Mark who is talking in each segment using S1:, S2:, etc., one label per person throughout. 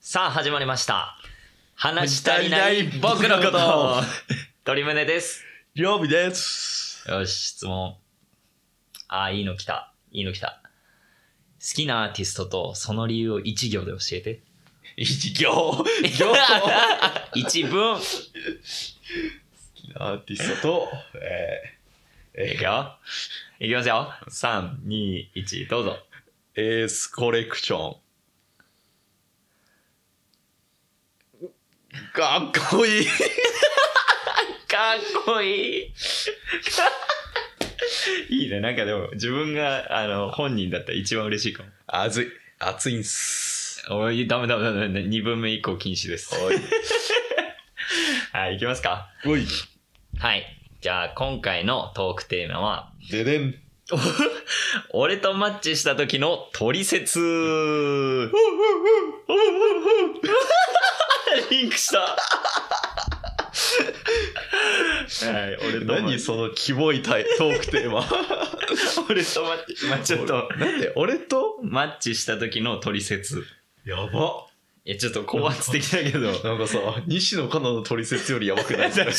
S1: さあ始まりました。話し足りない僕のこと。鳥胸です。
S2: 曜日です。
S1: よし、質問。ああ、いいの来た。いいの来た。好きなアーティストとその理由を一行で教えて。
S2: 一行。行。
S1: 一文。
S2: アーティストと、えー
S1: い
S2: え
S1: くよ。いきますよ。3、2、1、どうぞ。
S2: ーエースコレクション。かっこいい。
S1: かっこい い。いいね。なんかでも、自分が、あの、本人だったら一番嬉しいかも。
S2: 熱い。熱いんす。
S1: おい、ダメダメダメダメ。2分目以降禁止です。
S2: おい。
S1: はい、いきますか。
S2: おい。
S1: はい。じゃあ、今回のトークテーマは、
S2: ででん。
S1: 俺とマッチした時の取説 リンクした。はい、俺とマッ
S2: 何
S1: チ。
S2: そのキモいタイトークテーマ。
S1: 俺とマッチ。まあ、ちょっと、
S2: なんで俺と
S1: マッチした時の取説
S2: やば。
S1: いや、ちょっと高圧的だけ ど。
S2: なんかさ、西野カナの取説よりやばくない
S1: 確かに。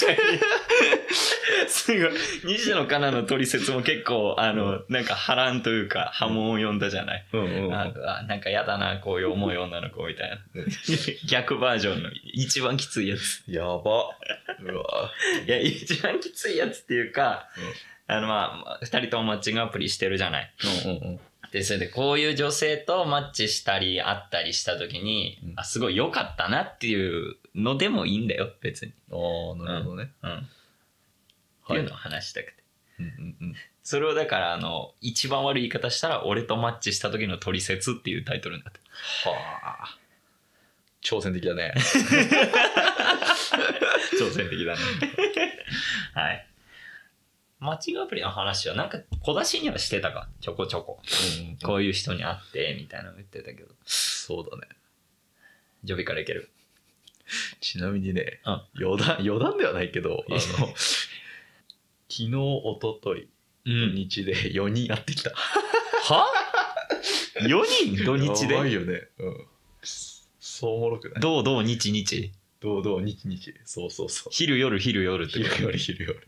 S1: すごい。西野カナの取説も結構、あの、なんか波乱というか波紋を呼んだじゃない。
S2: うんうん
S1: なんか、なんか嫌だな、こういう重い女の子みた いな。逆バージョンの一番きついや つ。
S2: やば。うわ。
S1: いや、一番きついやつっていうか、あの、まあ、二人ともマッチングアプリしてるじゃない。
S2: うんうんうん。
S1: で、それでこういう女性とマッチしたり、会ったりした時に、
S2: うん
S1: あ、すごい良かったなっていうのでもいいんだよ、別に。
S2: ああ、なるほどね。
S1: うん。っていうのを話したくて。
S2: うんうんうん。
S1: それをだから、あの、一番悪い言い方したら、俺とマッチした時の取説っていうタイトルになってる。
S2: はあ。挑戦的だ ね。
S1: 挑戦的だね。はい。マッチングアプリの話は、なんか小出しにはしてたか、ちょこちょこ。こういう人に会って、みたいなの言ってたけど。
S2: そうだね。
S1: ジョビからいける。
S2: ちなみにね、
S1: うん
S2: 余談、余談ではないけど、あの、昨日、おととい、
S1: う
S2: 土。日で4人会ってきた。
S1: は ?4 人土日
S2: やばい
S1: で
S2: よね。うん。そうおもろくない
S1: どうどう日日
S2: どうどう、日日。そうそうそう。
S1: 昼夜昼夜って
S2: 昼
S1: こと
S2: 夜昼夜。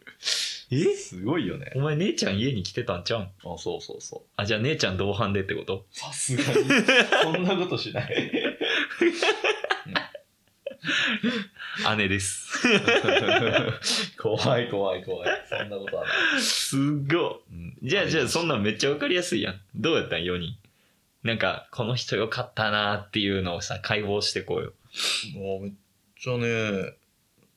S1: え
S2: すごいよね
S1: お。前姉ちゃん家に来てたんちゃうん
S2: あ、そうそうそう。
S1: あ、じゃあ姉ちゃん同伴でってこと
S2: さすがに、 そんなことしない。
S1: 姉 です。
S2: 怖い怖い怖い。そんなことはない。
S1: すっご
S2: うん
S1: い。じゃあじゃあそんなんめっちゃわかりやすいやん。どうやったん ?4 人。なんか、この人よかったなーっていうのをさ、解剖してこうよ。
S2: もうめっちゃね、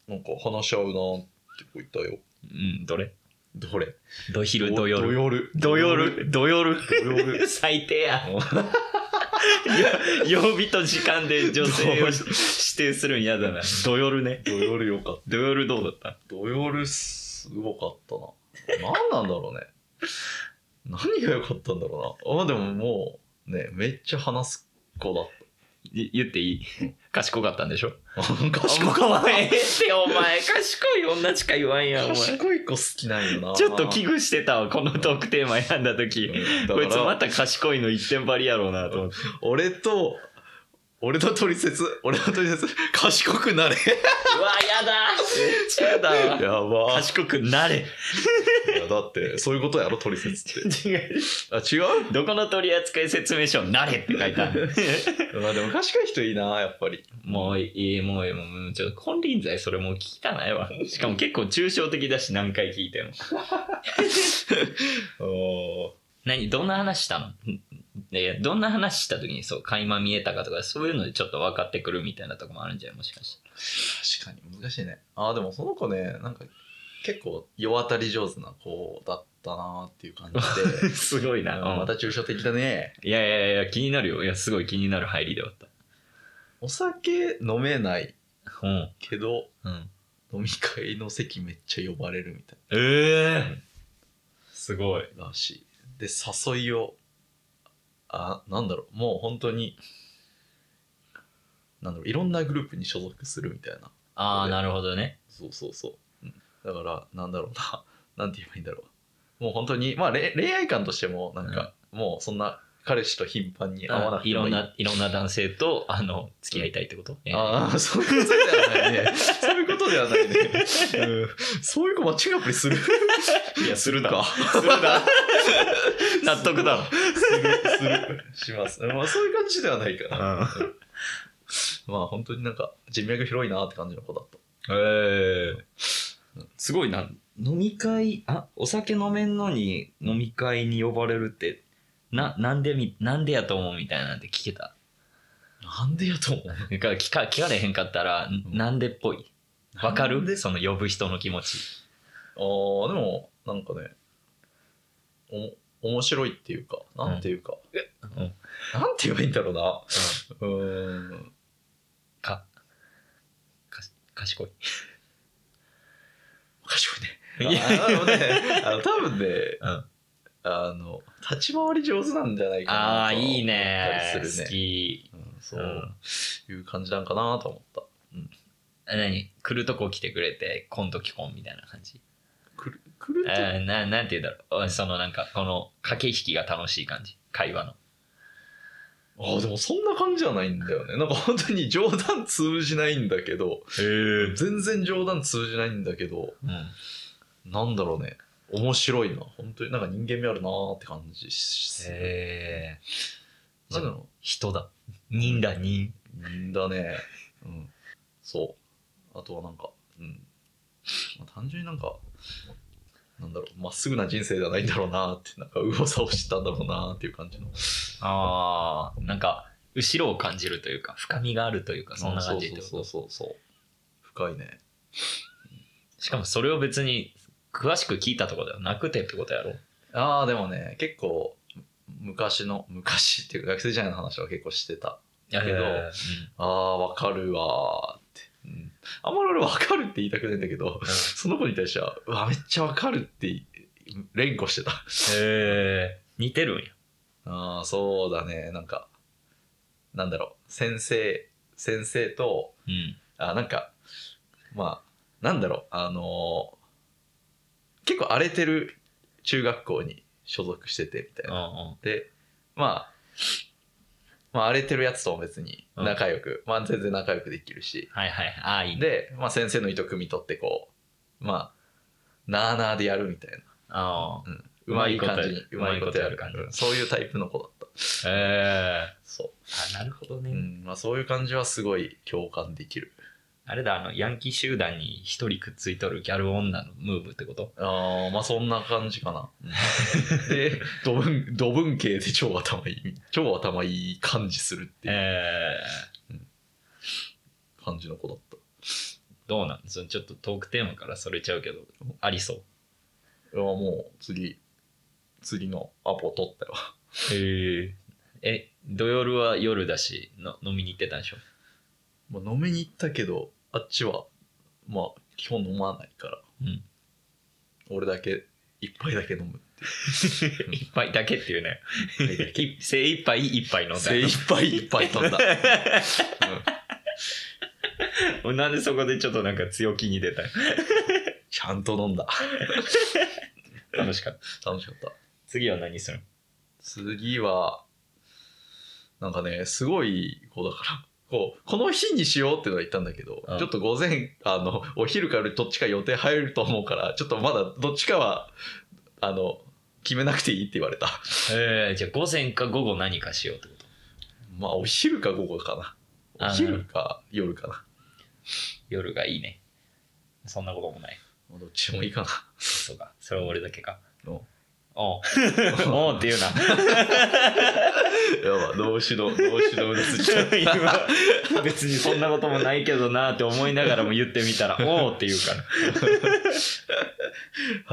S2: なんか話し合うなって子いたよ。
S1: うん、どれ
S2: どれ
S1: ど昼、ど
S2: ど
S1: 夜。
S2: 夜。
S1: ど夜、ど夜。
S2: ど夜
S1: 最低や。
S2: もう
S1: 曜日と時間で女性をし指定するん嫌だな。ど夜ね。
S2: ど夜よかった。
S1: ど夜どうだった
S2: ど夜すごかったな。何なんだろうね。何が良かったんだろうな。あ、でももう、ね、めっちゃ話す子だっ
S1: い言っていい賢かったんでしょ
S2: た。賢
S1: かわええってお前賢い女しか言わんやんお前ち
S2: 賢い子好きなんよな。
S1: ょっと危惧してたわこのトークテーマ選んだ時
S2: うんだ
S1: こいつ
S2: から
S1: また賢いの一点張りやろうなと思って
S2: 俺と、俺の取説、俺の取説、賢くなれ。
S1: うわやだめっちゃやだわ
S2: やば。
S1: 賢くなれ
S2: いやだって、そういうことやろ、取説って。
S1: 違う
S2: あ、違う
S1: どこの取扱説明書「なれ」って書いてあ る
S2: まあでも賢い人いいな、やっぱり。
S1: もういいもういいもうちょっと金輪際それもう聞きたないわしかも結構抽象的だし何回聞いても
S2: お
S1: 何どんな話したのんいやどんな話した時にそう垣間見えたかとかそういうのでちょっと分かってくるみたいなとこもあるんじゃないもしかして
S2: 確かに難しいね。ああ、でもその子ね、なんか結構世当たり上手な子だったなっていう感じ で。
S1: すごいな、うん
S2: また抽象的だね。
S1: いやいやいや気になるよいやすごい気になる入りで終わっ
S2: お酒飲めない
S1: たうん
S2: けど、
S1: うん
S2: 飲み会の席めっちゃ呼ばれるみたい
S1: ええすごい
S2: らしい。で、誘いを、あ、なんだろう、もう本当に、なんだろう、いろんなグループに所属するみたいな。
S1: ああなるほどね
S2: そうそうそう。だから、なん だろうな。なんて言えばいいんだろう。もう本当に、まあ、れ恋愛観としても、なんか、もうそんな彼氏と頻繁に会わなくても
S1: いろん
S2: いい
S1: ないろんな男性とあの付き合いたいってこと、ええ
S2: ああ、そういうことではないね。 そういうことではないね。うんそういう子マッチングアプリする
S1: いやするだろ
S2: か。
S1: するだ納得だろ
S2: する、する、します。まあそういう感じではないかな。まあ本当になんか人脈広いなって感じの子だっ
S1: え
S2: た。
S1: ー、すごいな飲み会あお酒飲めんのに飲み会に呼ばれるってななんでみなんでやと思うみたいなんて聞けた
S2: なんでやと思う
S1: だから聞か聞かれへんかったらんなんでっぽいわかるその呼ぶ人の気持ち
S2: ああ、でもなんかね、お面白いっていうか、なんていうか、
S1: うん
S2: なんて言えばいいんだろうな。うーん。
S1: かか賢い
S2: 賢いね。
S1: い
S2: い
S1: や
S2: や、あのね、あの多分ね、
S1: うん
S2: あの、立ち回り上手なんじゃないかなと
S1: ああ
S2: は思ったり
S1: いいね
S2: する
S1: 好
S2: ね。
S1: き
S2: うんそういう感じなんかなと思った。
S1: あ何来るとこ来てくれて今度来こんみたいな感じ
S2: くる、くると
S1: あーななんて言うんだろうあそのなんかこの駆け引きが楽しい感じ会話の
S2: ああ、でもそんな感じじゃないんだよね。なんか本当に冗談通じないんだけど、
S1: へえ
S2: 全然冗談通じないんだけど、
S1: うん
S2: なんだろうね。面白いな。本当になんか人間味あるなーって感じし。
S1: へえ
S2: なんだろう
S1: 人だ人だ人
S2: んだね。うん。そう。あとはなんか、うん。まあ単純になんか、なんだろう、まっすぐな人生じゃないんだろうなって、なんか右往左往したんだろうなっていう感じの。
S1: あーなんか後ろを感じるというか深みがあるというかそんな感じって
S2: そう
S1: こ
S2: そう
S1: と
S2: そうそう。深いね。
S1: しかもそれを別に詳しく聞いたとこではなくてってことやろ
S2: ああ、でもね、結構、昔の、昔っていうか学生時代の話は結構してた。
S1: や
S2: けど
S1: うん
S2: ああ、わかるわーって。うん、あんまり俺わかるって言いたくないんだけど、その子に対しては、うわ、めっちゃわかるって、連呼してた。
S1: へえ似てるんや
S2: ああそうだねなんかなんだろう先生先生と
S1: うん
S2: あなんかまあなんだろうあのー結構荒れてる中学校に所属しててみたいな
S1: あ
S2: でまあまあ荒れてるやつとも別に仲良く、まあ全然仲良くできるし
S1: はいはいああいいね
S2: で、まあ、先生の意図汲み取ってこうまあなあなあでやるみたいな
S1: ああ
S2: うまい感じに
S1: う
S2: う
S1: ま
S2: ま
S1: い
S2: い
S1: こ
S2: ことと
S1: や
S2: や
S1: る
S2: る
S1: 感
S2: 感
S1: じ
S2: じそういうタイプの子だった
S1: へえ
S2: そう
S1: あなるほどね、
S2: うんまあ、そういう感じはすごい共感できる。
S1: あれだあのヤンキー集団に一人くっついとるギャル女のムーブってこと
S2: ああ、まあそんな感じか な。で、土文、土文系で超頭いい、超頭いい感じするっていう
S1: え
S2: 感じの子だった。
S1: ー、どうなんそのちょっとトークテーマからそれちゃうけどありそう
S2: いやもう次、次のアポ取ったよ。
S1: へええ土曜日は夜だしの飲みに行ってたんでしょ
S2: まあ飲みに行ったけど、あっちは、まあ基本飲まないから、
S1: うん
S2: 俺だけ、一杯だけ飲 むっていう。
S1: 一杯だけっていうね
S2: 一杯だけ
S1: い精一杯一杯飲んだ
S2: 精一杯一杯飲んだ。 うん
S1: なんでそこでちょっとなんか強気に出たん
S2: ちゃんと飲んだ。
S1: 楽しかった
S2: 楽しかった。
S1: 次は何する
S2: 次は、なんかね、すごい子だから、こう、この日にしようってのは言ったんだけど、
S1: うん
S2: ちょっと午前、あの、お昼からどっちか予定入ると思うから、ちょっとまだどっちかは、あの、決めなくていいって言われた。
S1: えー、じゃあ午前か午後何かしようってこと
S2: まあ、お昼か午後かな。
S1: あ
S2: お昼か夜かな。
S1: 夜がいいねそんなこともない
S2: まあどっちもいいかな。
S1: そうかそれは俺だけか
S2: の
S1: おうおうって言うな
S2: やば、動詞の、動詞の結びつ いた
S1: 今 別にそんなこともないけどなって思いながらも言ってみた ら「おう」って言うか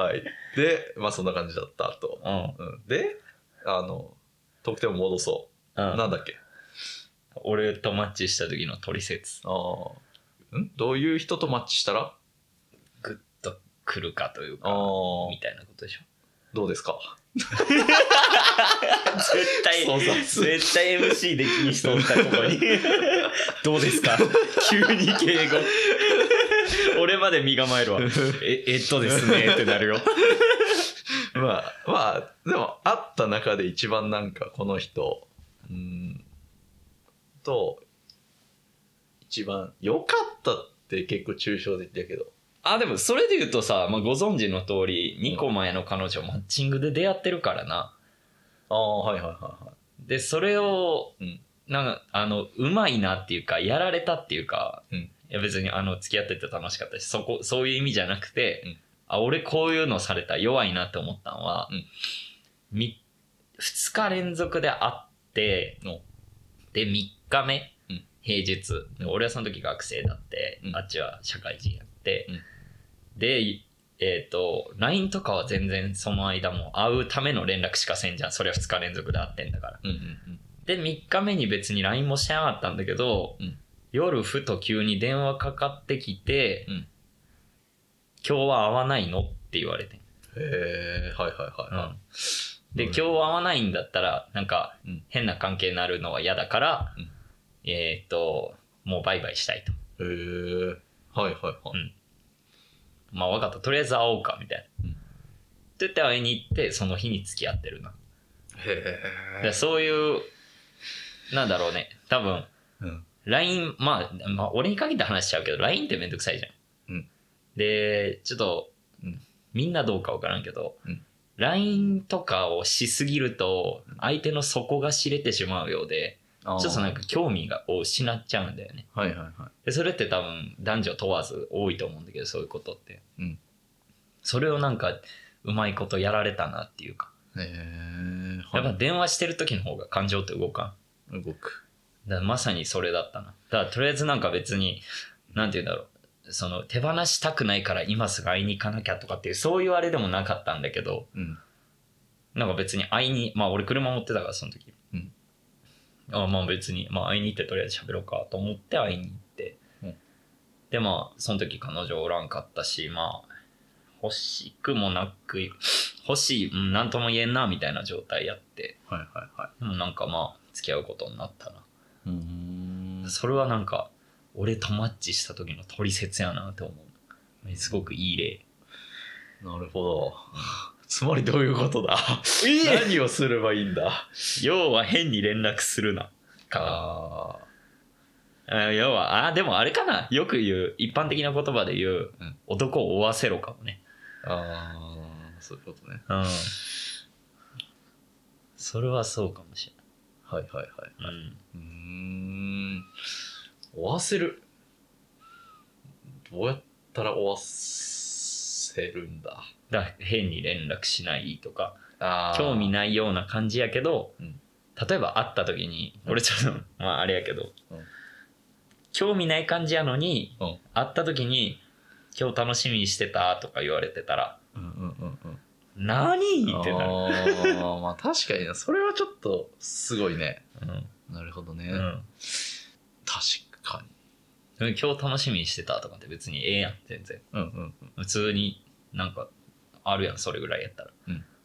S2: はい。で、まあ、そんな感じだったと。
S1: らうん
S2: うん、で、あの、得点を戻そう。
S1: うん
S2: なんだっけ
S1: 俺とマッチした時のトリセツ
S2: ああ。んどういう人とマッチしたら
S1: グッとくるかという
S2: あ
S1: か
S2: あ。
S1: みたいなことでしょ
S2: どうですか
S1: 絶対
S2: そうそう
S1: 絶対 MC で気にしとったここに どうですか急に敬 語 俺まで身構えるわええっとですねってなるよ
S2: まあまあでも会った中で一番なんかこの人うんと一番良かったって結構抽象的だけど
S1: あ、でもそれで言うとさ、まあ、ご存知の通り、2個前の彼女マッチングで出会ってるからな。
S2: ああはいはいはいは
S1: で、それを、
S2: うん
S1: なんか、あの、うまいなっていうか、やられたっていうか、
S2: うん
S1: いや別にあの、付き合ってて楽しかったし、そこ、そういう意味じゃなくて、
S2: うん
S1: あ、俺こういうのされた弱いなって思ったのは、
S2: うん
S1: み2日連続で会って、
S2: お
S1: で、3日目、
S2: うん
S1: 平日、で
S2: うん
S1: 俺はその時学生だって、
S2: うん
S1: あっちは社会人やって、
S2: うん
S1: で、えっ、と、LINE とかは全然その間も会うための連絡しかせんじゃん。それは2日連続で会ってんだから。
S2: いうんうん
S1: で、3日目に別に LINE もしてなかったんだけど、
S2: うん
S1: 夜ふと急に電話かかってきて、
S2: うん
S1: 今日は会わないのって言われてん。
S2: うんへえはいはいはいは
S1: で、
S2: う
S1: 今
S2: ん
S1: 日会わないんだったら、なんか
S2: うん
S1: 変な関係になるのは嫌だから、
S2: うん
S1: えっ、と、もうバイバイしたいと。
S2: いへえはいはいはい
S1: まあ分かった、とりあえず会おうか、みたいな。
S2: うん
S1: って言って会いに行って、その日に付き合ってるな。
S2: へ
S1: で
S2: え
S1: そういう、なんだろうね、多分
S2: うん、
S1: LINE、まあ、まあ、俺に限って話しちゃうけど、LINE ってめんどくさいじゃん。
S2: うん
S1: で、ちょっと、
S2: うん
S1: みんなどうかわからんけど、
S2: うん
S1: LINE とかをしすぎると、相手の底が知れてしまうようで、
S2: ちょ
S1: ちょっとなんか興味がを失っちゃうんだよね。
S2: はいはいは
S1: でそれって多分男女問わず多いと思うんだけどそういうことって、
S2: うん
S1: それをなんかうまいことやられたなっていうか
S2: いへえ
S1: やっぱ
S2: は
S1: 電話してる時の方が感情って動かん
S2: い動く
S1: だからまさにそれだったなだからとりあえずなんか別になんて言うんだろうその手放したくないから今すぐ会いに行かなきゃとかっていうそういうあれでもなかったんだけど
S2: うん
S1: なんか別に会いにまあ俺車持ってたからその時、
S2: うん
S1: あまあ別に、まあ、会いに行ってとりあえず喋ろうかと思って会いに行って、
S2: うん
S1: でまあその時彼女おらんかったしまあ欲しくもなく欲しいうんなんとも言えんなみたいな状態やって
S2: はいはいは
S1: でもなんかまあ付き合うことになったない
S2: うん
S1: それはなんか俺とマッチした時の取説やなって思うすごくいい例
S2: なるほど。つまりどういうことだ何をすればいいんだ
S1: 要は変に連絡するなか
S2: あ
S1: あ要はあでもあれかなよく言う一般的な言葉で言う、
S2: うん
S1: 男を追わせろかもね
S2: ーあー、そういうことね。
S1: うんそれはそうかもし
S2: はいはいはい。
S1: れない、うん、
S2: うーん。追わせる。どうやったら追わせるんだ
S1: だから変に連絡しないとか
S2: あー
S1: 興味ないような感じやけど、
S2: うん
S1: 例えば会った時に
S2: うん
S1: 俺ちょっと、 まああれやけど、
S2: うん
S1: 興味ない感じやのに、
S2: うん
S1: 会った時に「今日楽しみにしてた」とか言われてたら
S2: うんうんうんうん。
S1: 「 何?」
S2: あ
S1: ってなる、
S2: ーまあ確かになそれはちょっとすごいね。
S1: うん
S2: なるほどね。
S1: うん
S2: 確かに。
S1: でも今日楽しみにしてたとかって別にええやん全然
S2: うんうんうん。
S1: 普通になんかあるやんそれぐらいやった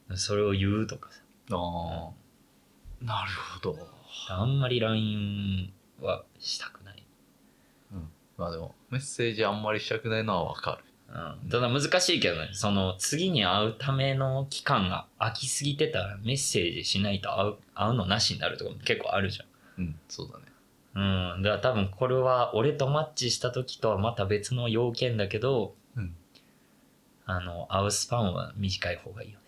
S1: ら、それを言うとかさ
S2: ああ、なるほど。
S1: あんまり LINE はしたくない
S2: まあでも、メッセージあんまりしたくないのはわかる。
S1: うんただ難しいけどねその次に会うための期間が空きすぎてたらメッセージしないと会う会うのなしになるとかも結構あるじ
S2: うん、そうだね。
S1: ゃんうんだから多分これは俺とマッチした時とはまた別の要件だけど、
S2: うん
S1: あの会うスパンは短い方がいいよね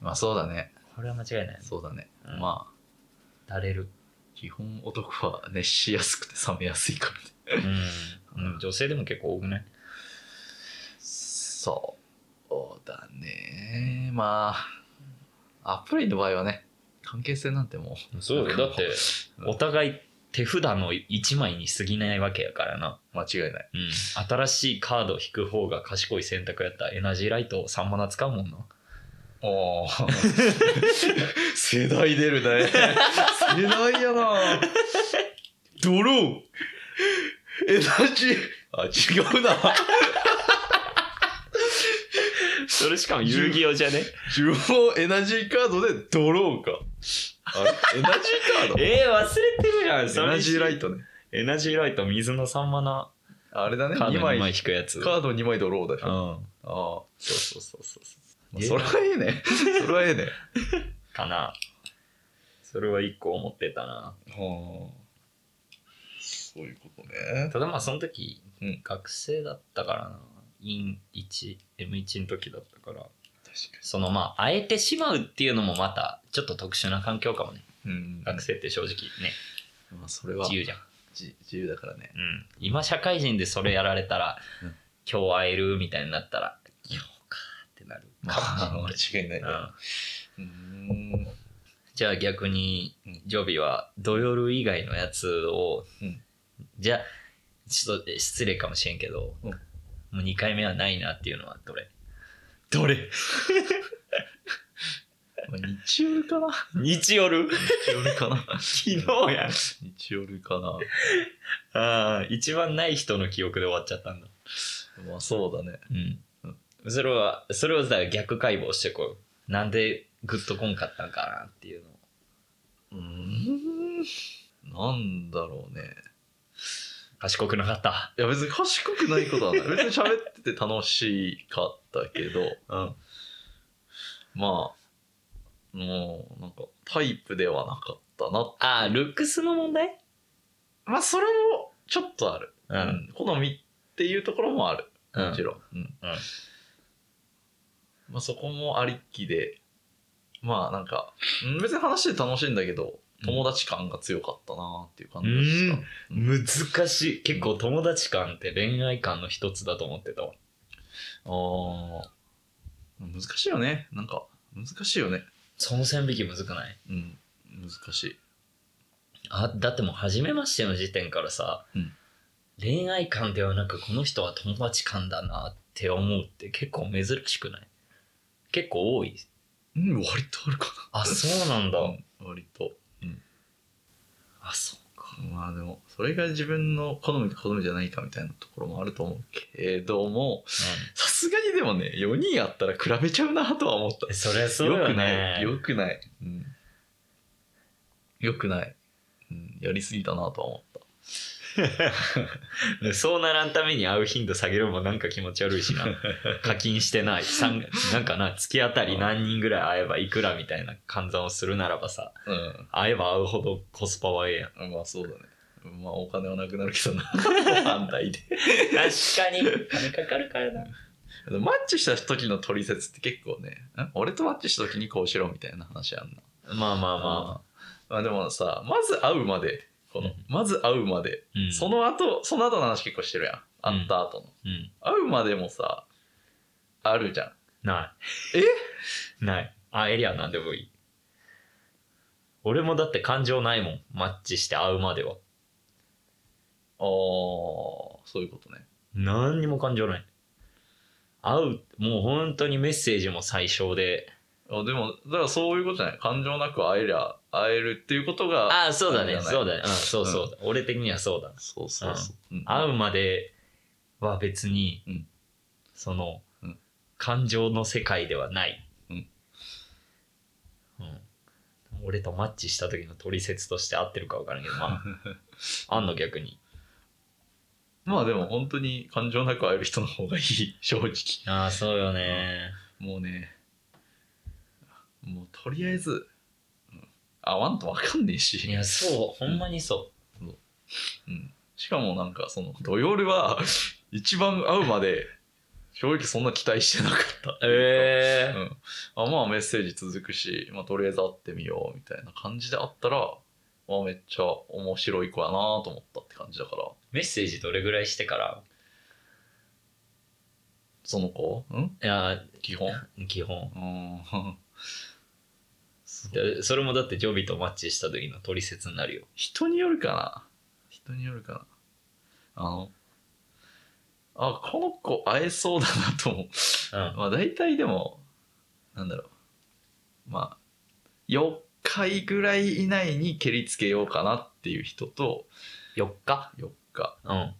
S2: まあそうだね。
S1: これは間違いないね
S2: そうだね。
S1: うん
S2: まあ、
S1: だれる
S2: 基本男は熱しやすくて冷めやすいからね。
S1: うんうん女性でも結構多くない
S2: そうだね。まあ、アプリの場合はね、関係性なんても
S1: そうよだって
S2: うん
S1: お互い手札の1枚に過ぎないわけやからな
S2: う間違いない。
S1: うん、新しいカードを引く方が賢い選択やったらエナジーライトを3マナ使うもんな。
S2: おお。世代出るね。世代やな。ドローエナジー。あ、違うな。
S1: それしかも
S2: 遊戯
S1: 王じゃね
S2: 呪文エナジーカードでドローか。あれエナジーカード
S1: えー、忘れてるやん。
S2: エナジーライ
S1: ト。
S2: トね。
S1: エナジーライト、水の3マナ
S2: あれだね、
S1: カード
S2: 2
S1: 2枚
S2: 枚。
S1: 引くやつ。
S2: カード2枚ドローだし
S1: う
S2: ょ。
S1: ん。
S2: ああ。
S1: そうそうそうそう。
S2: まあ、それはえ えねそれはええね
S1: かな。それは一個思ってたな。
S2: はあそういうことね
S1: ただまあその時、
S2: うん
S1: 学生だったからな。院1、M1 の時だったから。
S2: 確
S1: そのまあ、会えてしまうっていうのもまた、ちょっと特殊な環境かもね。
S2: かに、うん、
S1: 学生って正直ね、
S2: まあそれは
S1: 自由じゃん。
S2: じ自由だからね
S1: うん。今社会人でそれやられたら、
S2: うん
S1: 今日会えるみたいになったら、今日かってなる
S2: ま
S1: か
S2: あ
S1: もし
S2: 間違いな
S1: れ
S2: い
S1: ない。うん
S2: ねうん
S1: じゃあ逆に
S2: うん、
S1: ジョビは土曜日以外のやつを、
S2: うん
S1: じゃあ、ちょっとえ失礼かもしれんけど、
S2: うん
S1: もう2回目はないなっていうのはどれどれ
S2: まあ日曜日かな
S1: 日夜
S2: 日曜日かな
S1: 昨日やん。
S2: 日曜日かな
S1: ああ、一番ない人の記憶で終わっちゃったんだ。
S2: まあそうだね
S1: うん
S2: うん。
S1: それは、それをさ、逆解剖してこう。なんでグッとこんかったんかなっていうのを。
S2: うーんなんだろうね
S1: 賢くなかった。
S2: いや別に賢くないことはない別に喋ってて楽しかったけど
S1: うん。
S2: まあもうなんかタイプではなかったな
S1: ああ、ルックスの問題
S2: まあそれもちょっとある、
S1: う
S2: う。ん好みっていうところもある
S1: うん
S2: もちろん、うんまあ、そこもありきでまあなんかうん別に話して楽しいんだけど
S1: うん
S2: 友達感が強かったなっていう感じでした、
S1: 難しい結構友達感って恋愛感の一つだと思ってたわ
S2: あー難しいよねなんか難しいよね
S1: その線引きむずくない
S2: うん難しい
S1: あだってもう初めましての時点からさ、
S2: うん
S1: 恋愛感ではなくこの人は友達感だなって思うって結構珍しくない結構多い
S2: うん割とあるか
S1: あそうなんだ
S2: な、うん、割と
S1: あそうか
S2: まあでもそれが自分の好みか好みじゃないかみたいなところもあると思うけどもさすがにでもね4人あったら比べちゃうなとは思った
S1: えそりゃそう
S2: よ
S1: よ
S2: くな
S1: ね
S2: いよくない、うん、よくない、うん、やりすぎたなとは思っ
S1: そうならんために会う頻度下げるのもなんか気持ち悪いし な課金してないさんなんかな月当たり何人ぐらい会えばいくらみたいな換算をするならばさ
S2: たう
S1: 会えば会うほどコスパはええやん
S2: んまあそうだねまあお金はなくなるけ どな反対で
S1: 確かに金かかるからな
S2: マッチした時の取説って結構ねん俺とマッチした時にこうしろみたいな話あんな
S1: まあまあまあ
S2: まあ、まあでもさまず会うまでこの、
S1: うん
S2: まず会うまで、
S1: うん
S2: その後その後の話結構してるやん会った後の、
S1: うん
S2: 会うまでもさあるじゃん
S1: ないえない会えりゃ何でもいい俺もだって感情ないもんマッチして会うまでは
S2: あーそういうことね
S1: 何にも感情ない会うもう本当にメッセージも最小で
S2: あでもだからそういうことじゃない感情なく会えりゃ会えるっていうことが
S1: ああそうだね
S2: じゃない
S1: そうだね、うん、そうそうだ、俺的にはそうだ
S2: そうそうそう、うん
S1: 会うまでは別に、
S2: うん
S1: その、
S2: うん
S1: 感情の世界ではない、
S2: うん
S1: うん俺とマッチした時の取説として合ってるか分からんけど まああんの逆に
S2: まあでも本当に感情なく会える人の方がい い正直
S1: ああそうよ
S2: ねもうねもうとりあえず、うん会わんとわかんねえし
S1: いやそうほんまにそ
S2: うんしかもなんかその土曜日は一番会うまで正直そんな期待してなかった
S1: うえ
S2: えあまあメッセージ続くし、まあ、とりあえず会ってみようみたいな感じで会ったら、まあ、めっちゃ面白い子やなと思ったって感じだから
S1: メッセージどれぐらいしてから
S2: その子ん
S1: いや
S2: 基本
S1: 基本
S2: うん
S1: でそれもだってジョビとマッチした時の取説になるよ
S2: 人によるかな人によるかなあのあこの子会えそうだなと思う
S1: うん
S2: まあ大体でもなんだろうまあ4回ぐらい以内に蹴りつけようかなっていう人と
S1: 4日
S2: 4日
S1: うん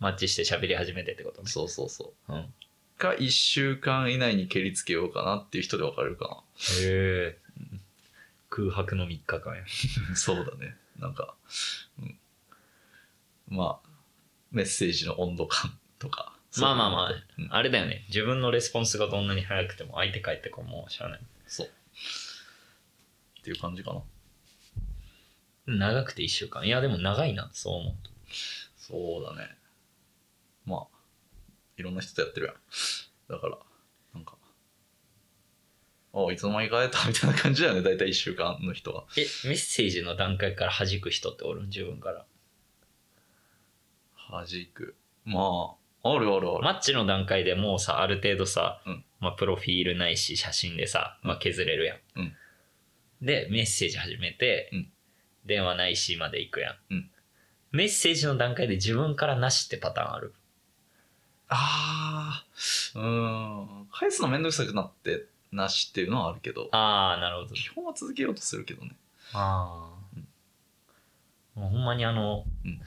S1: マッチして喋り始めてってことね
S2: そうそうそう
S1: うんへ
S2: か1週間以内に蹴りつけようかなっていう人で分かれるか
S1: え空白の3日間や
S2: なそうだねなんか、うん、まあメッセージの温度感とかそう
S1: まあまあまあ、
S2: うん
S1: あれだよね。自分のレスポンスがどんなに早くても相手帰ってこもうしゃあない。
S2: そうっていう感じかな
S1: 長くて1週間。いや、でも長いな、そう思うと。
S2: そうだねまあいろんな人とやってるやんだからなんかあいつの間にか会えたみたいな感じだよね大体1週間の人は
S1: え、メッセージの段階から弾く人っておるん自分から。
S2: 弾くまああるあるある、
S1: マッチの段階でもうさ、ある程度さ、
S2: うん
S1: まあ、プロフィールないし、写真でさ、まあ、削れるやん。
S2: うん
S1: で、メッセージ始めて、
S2: うん
S1: 電話ないしまで行くやん。
S2: うん
S1: メッセージの段階で自分からなしってパターンある。
S2: あーうーん返すのめんどくさくなってなしっていうのはあるけど
S1: ああ、なるほど。
S2: 基本は続けようとするけどね
S1: ああ、もうほんまにあの、
S2: うん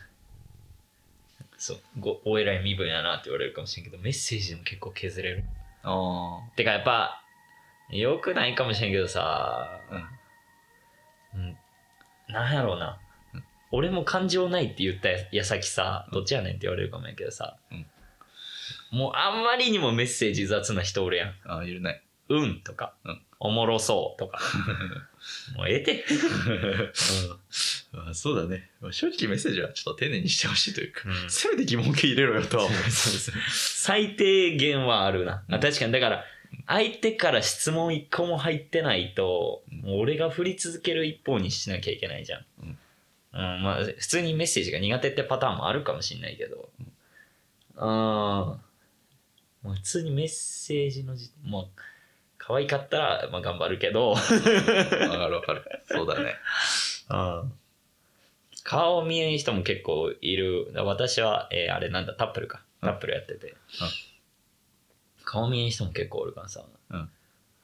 S1: そうごお偉い身分やなって言われるかもしれんけどメッセージでも結構削れる
S2: あ
S1: てかやっぱよくないかもしれんけどさ、
S2: あうん
S1: うん、なんやろうな、
S2: うん
S1: 俺も感情ないって言った矢先さどっちやねんって言われるかもやけどさ、
S2: うん
S1: もうあんまりにもメッセージ雑な人おるやん
S2: ああいるね
S1: 「うん」とか、
S2: うん
S1: おもろそう」とかもうええて、
S2: あそうだね正直メッセージはちょっと丁寧にしてほしいというか、
S1: うん
S2: せめて疑問形入れろよ とは思う
S1: 最低限はあるな。
S2: う
S1: あ
S2: ん
S1: 確かに、だから、相手から質問一個も入ってないと、
S2: うん
S1: もう俺が振り続ける一方にしなきゃいけないじゃん。
S2: うん
S1: うんまあ、普通にメッセージが苦手ってパターンもあるかもしれないけど。あーもう普通にメッセージのじ、まあ、可愛かったら、まあ、頑張るけど、
S2: わかるわかるそうだね
S1: 顔見えん人も結構いる私は、えーあれなんだタップルか
S2: う
S1: タ
S2: ん
S1: ップルやってて、顔見えん人も結構おるからさ、
S2: うん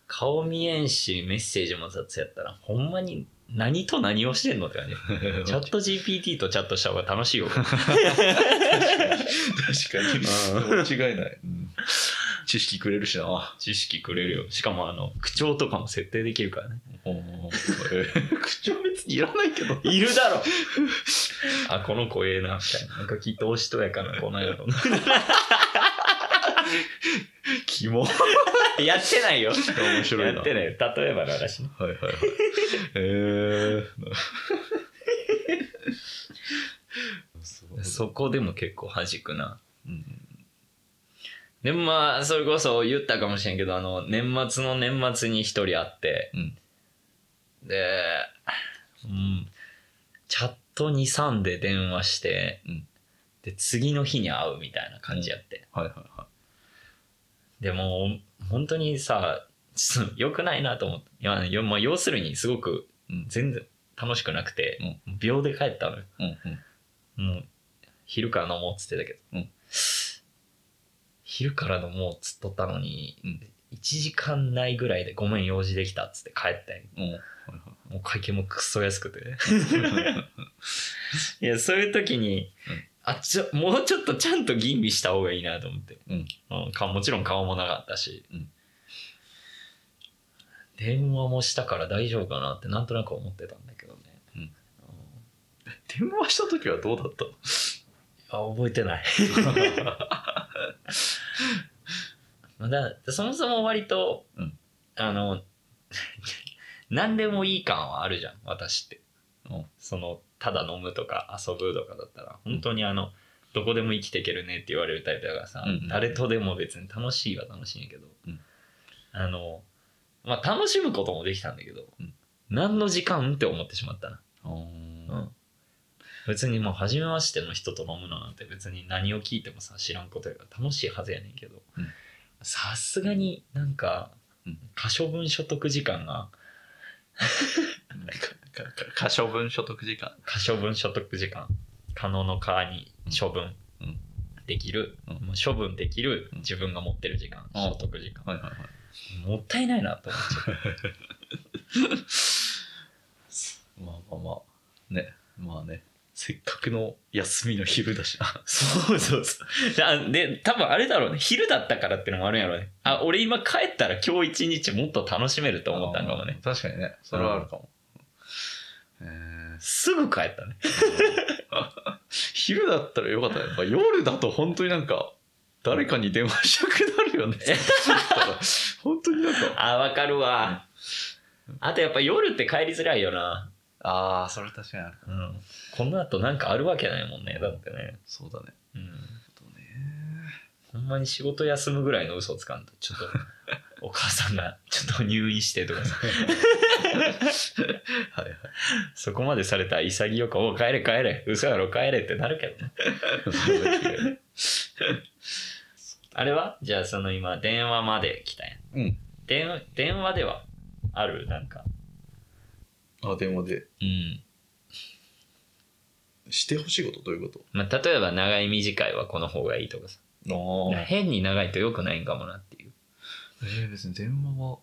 S1: 顔見えんしメッセージも雑やったらほんまに何と何をしてんのって感 じチャット GPT とチャットした方が楽しいよ
S2: 確かに間違いない、うん知識くれるしな
S1: 知識くれるよしかもあの口調とかも設定できるからね
S2: おーえー口調別にいら ないけど
S1: いるだ ろあこの子ええなみたいななんかきっとおしとやからこの野郎
S2: キモはい
S1: やってないよ
S2: 面白いな
S1: やってないよ例えばの話ね
S2: はいはい えー、
S1: そこでも結構弾くな。
S2: うん
S1: でもまあ、それこそ言ったかもしれんけど、あの、年末の年末に一人会って、
S2: うん
S1: で、うん、チャット2、3で電話して、
S2: うん
S1: で、次の日に会うみたいな感じやって。
S2: はいはいは
S1: でもう、本当にさ、 ちょっと良くないなと思って。いや、よまあ、要するにすごく
S2: いうん
S1: 全然楽しくなくて、秒で帰ったのよ。
S2: うんうん
S1: もう昼から飲もうっつってたけど、
S2: うん
S1: 昼から飲もうっつっとったのに、
S2: うん
S1: 1時間ないぐらいでごめん用事できたっつって帰ったんよ
S2: うんはい
S1: もう会計もクソ安くて
S2: はいはい
S1: いやそういう時に、
S2: うん
S1: あちょもうちょっとちゃんと吟味した方がいいなと思って、
S2: うん
S1: うんかもちろん顔もなかったし、
S2: うん
S1: 電話もしたから大丈夫かなってなんとなく思ってたんだけどね、
S2: うん
S1: うん
S2: 電話した時はどうだったの
S1: あ覚えてないまだそもそも割と、
S2: うん
S1: あの 何でもいい感はあるじゃん私って、
S2: うん
S1: そのただ飲むとか遊ぶとかだったら本当にあの、どこでも生きていけるねって言われるタイプだからさ、
S2: うんうん
S1: 誰とでも別に楽しいは楽しいんやけど、
S2: うん
S1: あのまあ楽しむこともできたんだけど、
S2: うん
S1: 何の時間って思ってしまったな
S2: う
S1: うんん別にもう初めましての人と飲むのなんて別に何を聞いてもさ知らんことやから楽しいはずやねんけど
S2: うん
S1: さすがになんか
S2: うん
S1: 可処分所得時間が
S2: かか可処分所得時間
S1: 可処分所得時間可能の可に処分
S2: うん
S1: できる、
S2: うん
S1: もう処分できる
S2: うん
S1: 自分が持ってる時間、
S2: うん
S1: 所得時間、
S2: はいはいはい
S1: もったいないなと思っちゃう
S2: まあまあまあねまあねせっかくの休みの昼だしな
S1: そうそうそうあで多分あれだろうね昼だったからってのもあるんやろうねあ俺今帰ったら今日一日もっと楽しめると思ったんかもね
S2: あー確かにねそれはあるかも、えー
S1: すぐ帰ったね。
S2: 昼だったらよかったねやっぱ夜だと本当になんか誰かに電話したくなる よねだから本当になんか
S1: あー、わかるわ。あとやっぱ夜って帰りづらいよな。
S2: ああそれは確かにある
S1: うん。この後なんかあるわけないもんね。だってね。
S2: そうだね
S1: うん。
S2: あと ね
S1: ほんまに仕事休むぐらいの嘘をつかんと。ちょっ と、お母さんがちょっと入院してとか さ。
S2: はいはい
S1: そこまでされたら潔く、おう帰れ帰れ、嘘やろ帰れってなるけどね。 あれはじゃあその今、電話まで来たやん。
S2: うん
S1: 電電話ではあるなんか。
S2: あ電話で
S1: うん。
S2: してほしいことどういうこ
S1: まあ、例えば長い短いはこの方がいいとかさ。
S2: とああ
S1: 変に長いと良くないんかもなっていう。
S2: えー、別に電話は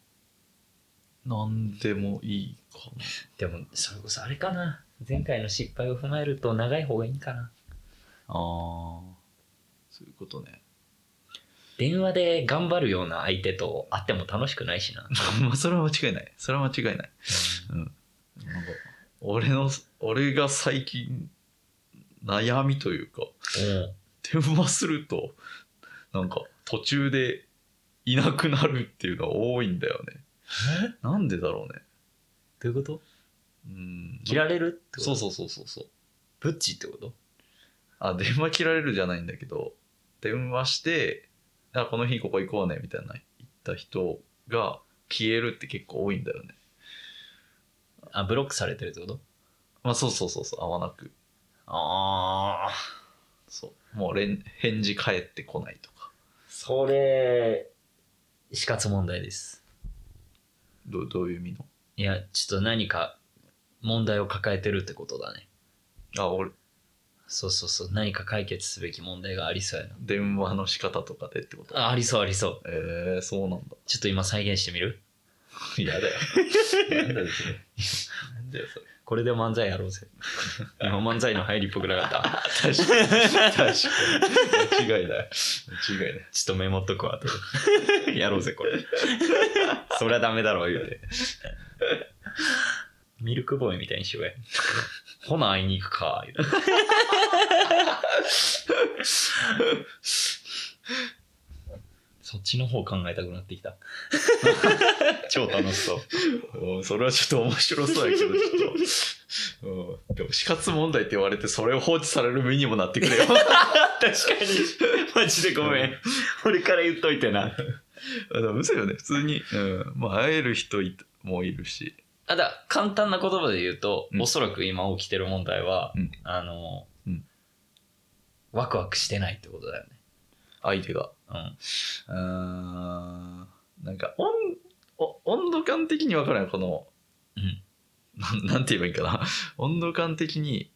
S2: 何でもいいかな
S1: でも、それこそあれかな。前回の失敗を踏まえると長い方がいいんかな。
S2: あーそういうことね
S1: 電話で頑張るような相手と会っても楽しくないしな。
S2: まあそれは間違いないそれは間違いないなんか俺の俺が最近悩みというか
S1: うん。
S2: 電話するとなんか途中でいなくなるっていうのが多いんだよねなんでだろうね
S1: どういうこと
S2: うん
S1: 切られるってこと
S2: そうそうそうそうそう
S1: ブッチってこと
S2: あ 電話切られるじゃないんだけど電話してあこの日ここ行こうねみたいな言った人が消えるって結構多いんだよね
S1: あ、ブロックされてるってこと
S2: まあそうそうそうそう合わなく
S1: ああ。
S2: そうもう連返事返ってこないとか
S1: それ、死活問題です。
S2: どうどういう意味の
S1: いや、ちょっと何か問題を抱えてるってことだね。
S2: あ俺
S1: そうそうそう。何か解決すべき問題がありそうやな。
S2: 電話の仕方とかでってこと
S1: あありそうありそう。
S2: えー、そうなんだ
S1: ちょっと今再現してみる
S2: 嫌だよ嫌だよそれなんだよそれ
S1: これで漫才やろう ぜ。今漫才の入りっぽくなかった。
S2: 確かに確か に間違いない間違いない
S1: ちょっとメモっとくわ。後 でやろうぜ、これ。そりゃダメだろ、言うて。ミルクボーイみたいにしようや。ほな、会いに行くか、言うて。そっちの方考えたくなってきた。
S2: 超楽しそう。うんそれはちょっと面白そうやけど、ちょっと。うんでも死活問題って言われてそれを放置される身にもなってくれよ
S1: 確かに。マジでごめん。俺から言っといてな。
S2: でも嘘よね普通に、うんまあ、会える人いもいるし
S1: あだ簡単な言葉で言うと、
S2: うん
S1: おそらく今起きてる問題は、
S2: うん
S1: あの、
S2: うん
S1: ワクワクしてないってことだよね。
S2: 相手が
S1: うん、
S2: うーんなんか温お温度感的に分からんこの、
S1: うん
S2: なんなんて言えばいいんかな 温度感的に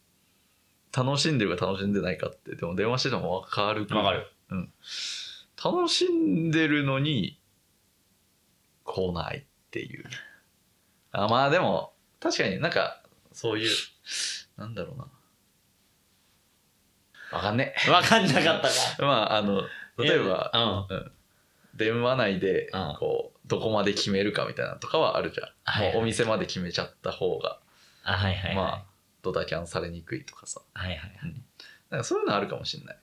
S2: 楽しんでるか楽しんでないかってでも電話してても分かる
S1: わかる。
S2: 楽しんでるのに来ないっていうあまあでも確かになんかそういうなんだろうなわかんね
S1: わかんなか ったか。
S2: えまああの例えば
S1: いやうん。
S2: 電話内で
S1: うん
S2: こうどこまで決めるかみたいなのとかはあるじゃん、
S1: はいはい
S2: もうお店まで決めちゃった方が、
S1: あ、はいはい、はい。
S2: まあドタキャンされにくいとかさ
S1: はいはいはい。
S2: なんかそういうのあるかもしれない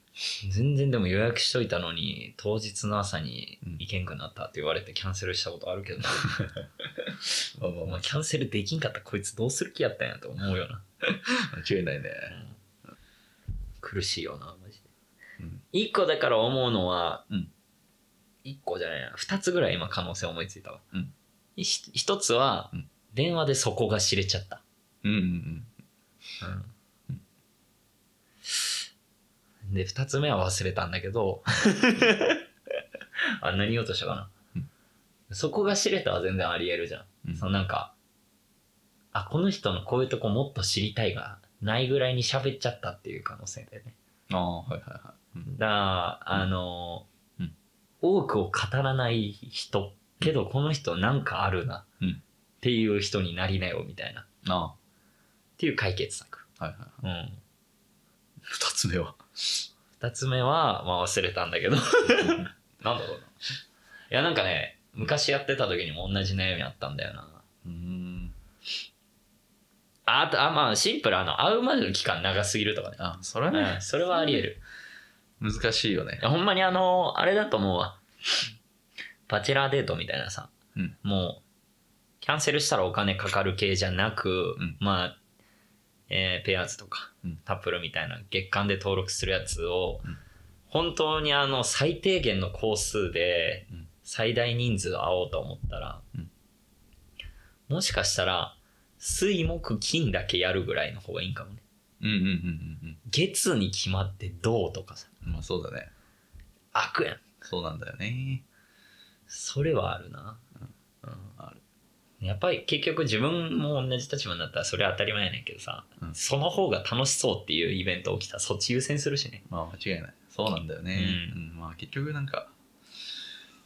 S1: 全然でも予約しといたのに、当日の朝に
S2: うん
S1: 行けんくなったって言われてキャンセルしたことあるけ どな、
S2: まあまあ
S1: お
S2: まあ
S1: 前キャンセルできんかったらこいつどうする気やったんやと思うよな。
S2: 間違いないね
S1: 苦しいよな、マジで。
S2: うん
S1: 一個だから思うのは、
S2: うん
S1: 一個じゃないな、二つぐらい今可能性思いついたわ。
S2: うん
S1: いひ一つは、
S2: うん
S1: 電話でそこが知れちゃった。
S2: うんうんうん
S1: で、二つ目は忘れたんだけ ど、あ、何言おうとしたかな。
S2: うん
S1: そこが知れたは全然あり得るじゃん。
S2: うん
S1: そのなんか、あ、この人のこういうとこもっと知りたいが、ないぐらいに喋っちゃったっていう可能性だよね。
S2: ああはいはいはい、うん
S1: だから、あの、
S2: うん
S1: 多くを語らない人、けどこの人なんかあるな、
S2: うん
S1: っていう人になりなよみたいな、っ
S2: あ
S1: ていう解決策。
S2: あはいはい
S1: うん。
S2: 二つ目は
S1: 二つ目は、まあ忘れたんだけど、なんだろうな。いや、なんかね、昔やってた時にも同じ悩みあったんだよな。
S2: うん
S1: ああと、あ、まあ、シンプル、あの、会うまでの期間長すぎるとかね。
S2: あそれは
S1: う
S2: ね
S1: ん、それはあり得る。
S2: 難しいよね
S1: いやほんまにあのあれだと思うわバチェラーデートみたいなさ、
S2: うん
S1: もうキャンセルしたらお金かかる系じゃなく、
S2: うん
S1: まあ、えーペアーズとか、
S2: うん
S1: タップルみたいな月間で登録するやつを、
S2: うん
S1: 本当にあの最低限の個数で
S2: うん
S1: 最大人数会おうと思ったら、
S2: うん
S1: もしかしたら水木金だけやるぐらいの方がいいんかもね
S2: うんうんうんうん
S1: 月に決まってどうとかさ
S2: うんまあそうだね
S1: 悪やん
S2: そうなんだよね
S1: それはあるな、うん
S2: ある
S1: やっぱり結局自分も同じ立場になったらそれは当たり前やねんけどさ、
S2: うん
S1: その方が楽しそうっていうイベント起きたらそっち優先するしね
S2: まあ間違いないそうなんだよね、
S1: う
S2: うんまあ結局なんか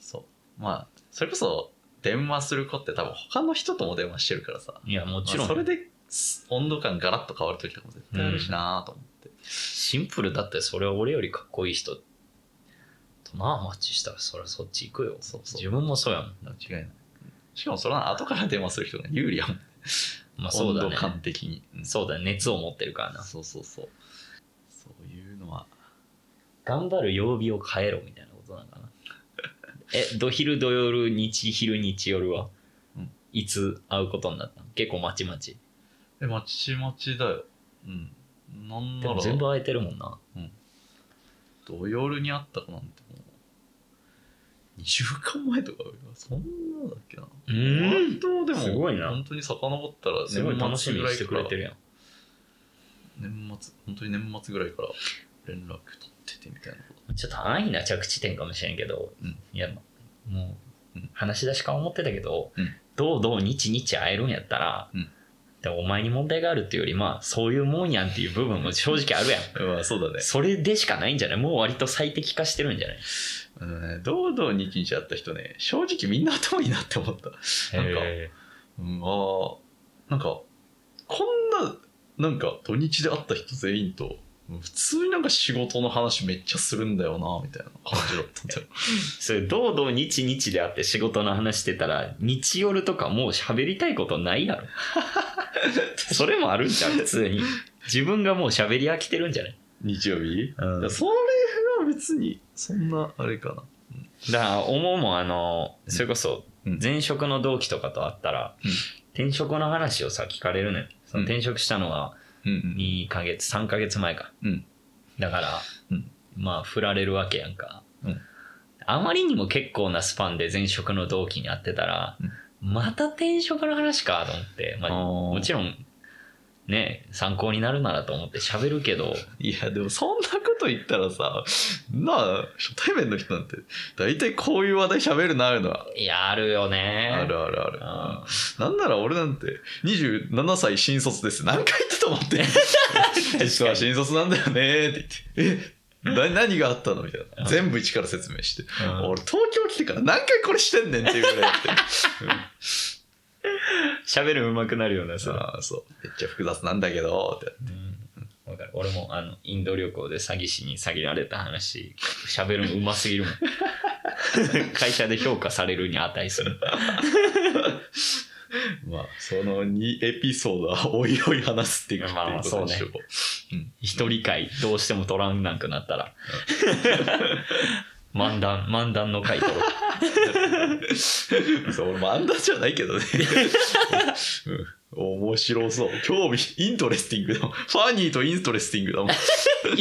S2: そうまあそれこそ電話する子って多分他の人とも電話してるからさ
S1: いやもちろん、
S2: まあそれです温度感ガラッと変わる時とかも絶対あるしなと思って、
S1: シンプルだってそれは俺よりかっこいい人となマッチしたらそりゃそっち行くよ
S2: そうそう
S1: 自分もそうやもん
S2: 間違いないしかもそれは後から電話する人が有利やもん、
S1: まあそうだ
S2: 温度感
S1: ね
S2: 的に、うん
S1: そうだね熱を持ってるからな
S2: そうそうそうそういうのは
S1: 頑張る曜日を変えろみたいなことなのか なえ土昼土夜日昼日夜は、
S2: うん
S1: いつ会うことになったの結構まちまち
S2: えまちまちだようんなん
S1: で
S2: な
S1: も
S2: ら
S1: 全部空いてるもんな
S2: 土曜日に会った子なんてもう2週間前とかそんなだっけな
S1: う
S2: 割とですも
S1: ごいな
S2: 本当に遡ったら
S1: すごい楽
S2: 年
S1: し
S2: 末
S1: み
S2: ぐ
S1: に
S2: らい
S1: してく
S2: から
S1: れてるやん
S2: 年末本当に年末ぐらいから連絡取っててみたいなこと
S1: ちょっと安易な着地点かもしれんけど、
S2: うん
S1: いやもう、
S2: うん
S1: 話し出しか思ってたけど、
S2: うん
S1: どうどう日日会えるんやったら、
S2: うん
S1: でお前に問題があるっていうよりまあそういうもんやんっていう部分も正直あるやん
S2: ま あそうだね
S1: それでしかないんじゃないもう割と最適化してるんじゃない
S2: あのね堂々に一日会った人ね正直みんな頭いいなって思ったなんか
S1: へ
S2: うんあーなんかこんななんか土日で会った人全員と普通になんか仕事の話めっちゃするんだよなみたいな感じだったんだよ
S1: ーそれどうどう日日で会って仕事の話してたら日夜とかもう喋りたいことない やろそれもあるんじゃん普通に自分がもう喋り飽きてるんじゃない、
S2: 日曜日、
S1: うん
S2: いやそれは別にそんなあれかな
S1: だから思うもんあのそれこそ
S2: うん
S1: 前職の同期とかと会ったら、
S2: うん
S1: 転職の話をさ聞かれるねんその
S2: うん
S1: 転職したのは
S2: うん
S1: 2ヶ月3ヶ月前か
S2: うん
S1: だから、
S2: うん
S1: まあ振られるわけやんか、
S2: うん
S1: あまりにも結構なスパンで前職の同期に会ってたら、また転職の話かと思って、まあ、
S2: あー
S1: もちろんね参考になるならと思って喋るけど
S2: いやでもそんなこと言ったらさなあ初対面の人なんて大体こういう話題喋るなあるのはい
S1: やあるよね
S2: あるあるある、
S1: うん
S2: なんなら俺なんて27歳新卒です何回言ってたもん って実は新卒なんだよねって言ってえな何があったのみたいな全部一から説明して、
S1: うん
S2: 俺東京来てから何回これしてんねんっていうぐらいやって
S1: 喋る上手くなるよねそれ
S2: ああそうめっちゃ複雑なんだけどって
S1: うん、わかる俺もあのインド旅行で詐欺師に詐欺られた話喋るのうますぎるもん会社で評価されるに値する
S2: まあその2エピソードはおいおい話すっていう
S1: まあまあそうね
S2: っていことにしとこう
S1: 一人会どうしても取らんなんくなったら 漫談漫談の会取ろう
S2: うんそう俺漫談じゃないけどね、うん、面白そう興味イントレスティングだもんファニーとイントレスティングだもん
S1: イ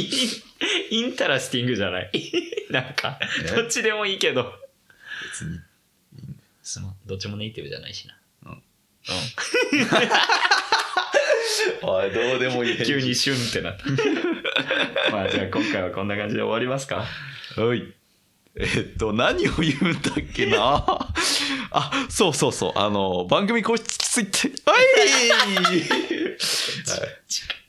S1: ン インタラスティングじゃない なんか
S2: ね
S1: どっちでもいいけど
S2: 別に
S1: すまんどっちもネイティブじゃないしな
S2: うん
S1: う
S2: おいどうでもいい
S1: ん、
S2: 返事
S1: 急にシュンってなった まあじゃあ今回はこんな感じで終わりますか
S2: はい。えっと、何を言うんだっけなあ、そうそうそう。あの、番組公式ツイッター、はいはい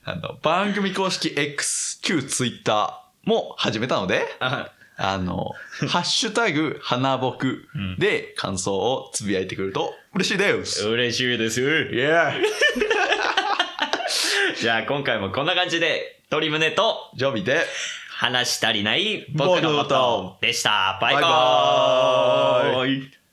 S2: あの、番組公式 X、旧ツイッターも始めたので、
S1: あ
S2: あの、ハッシュタグ、花僕
S1: うん
S2: で感想をつぶやいてくれると嬉し いです。
S1: 嬉しいです
S2: イェーイ
S1: じゃあ今回もこんな感じで鳥胸と
S2: ジョビで、
S1: 話したりない僕のことでした。バイバ
S2: バイバ
S1: ーイ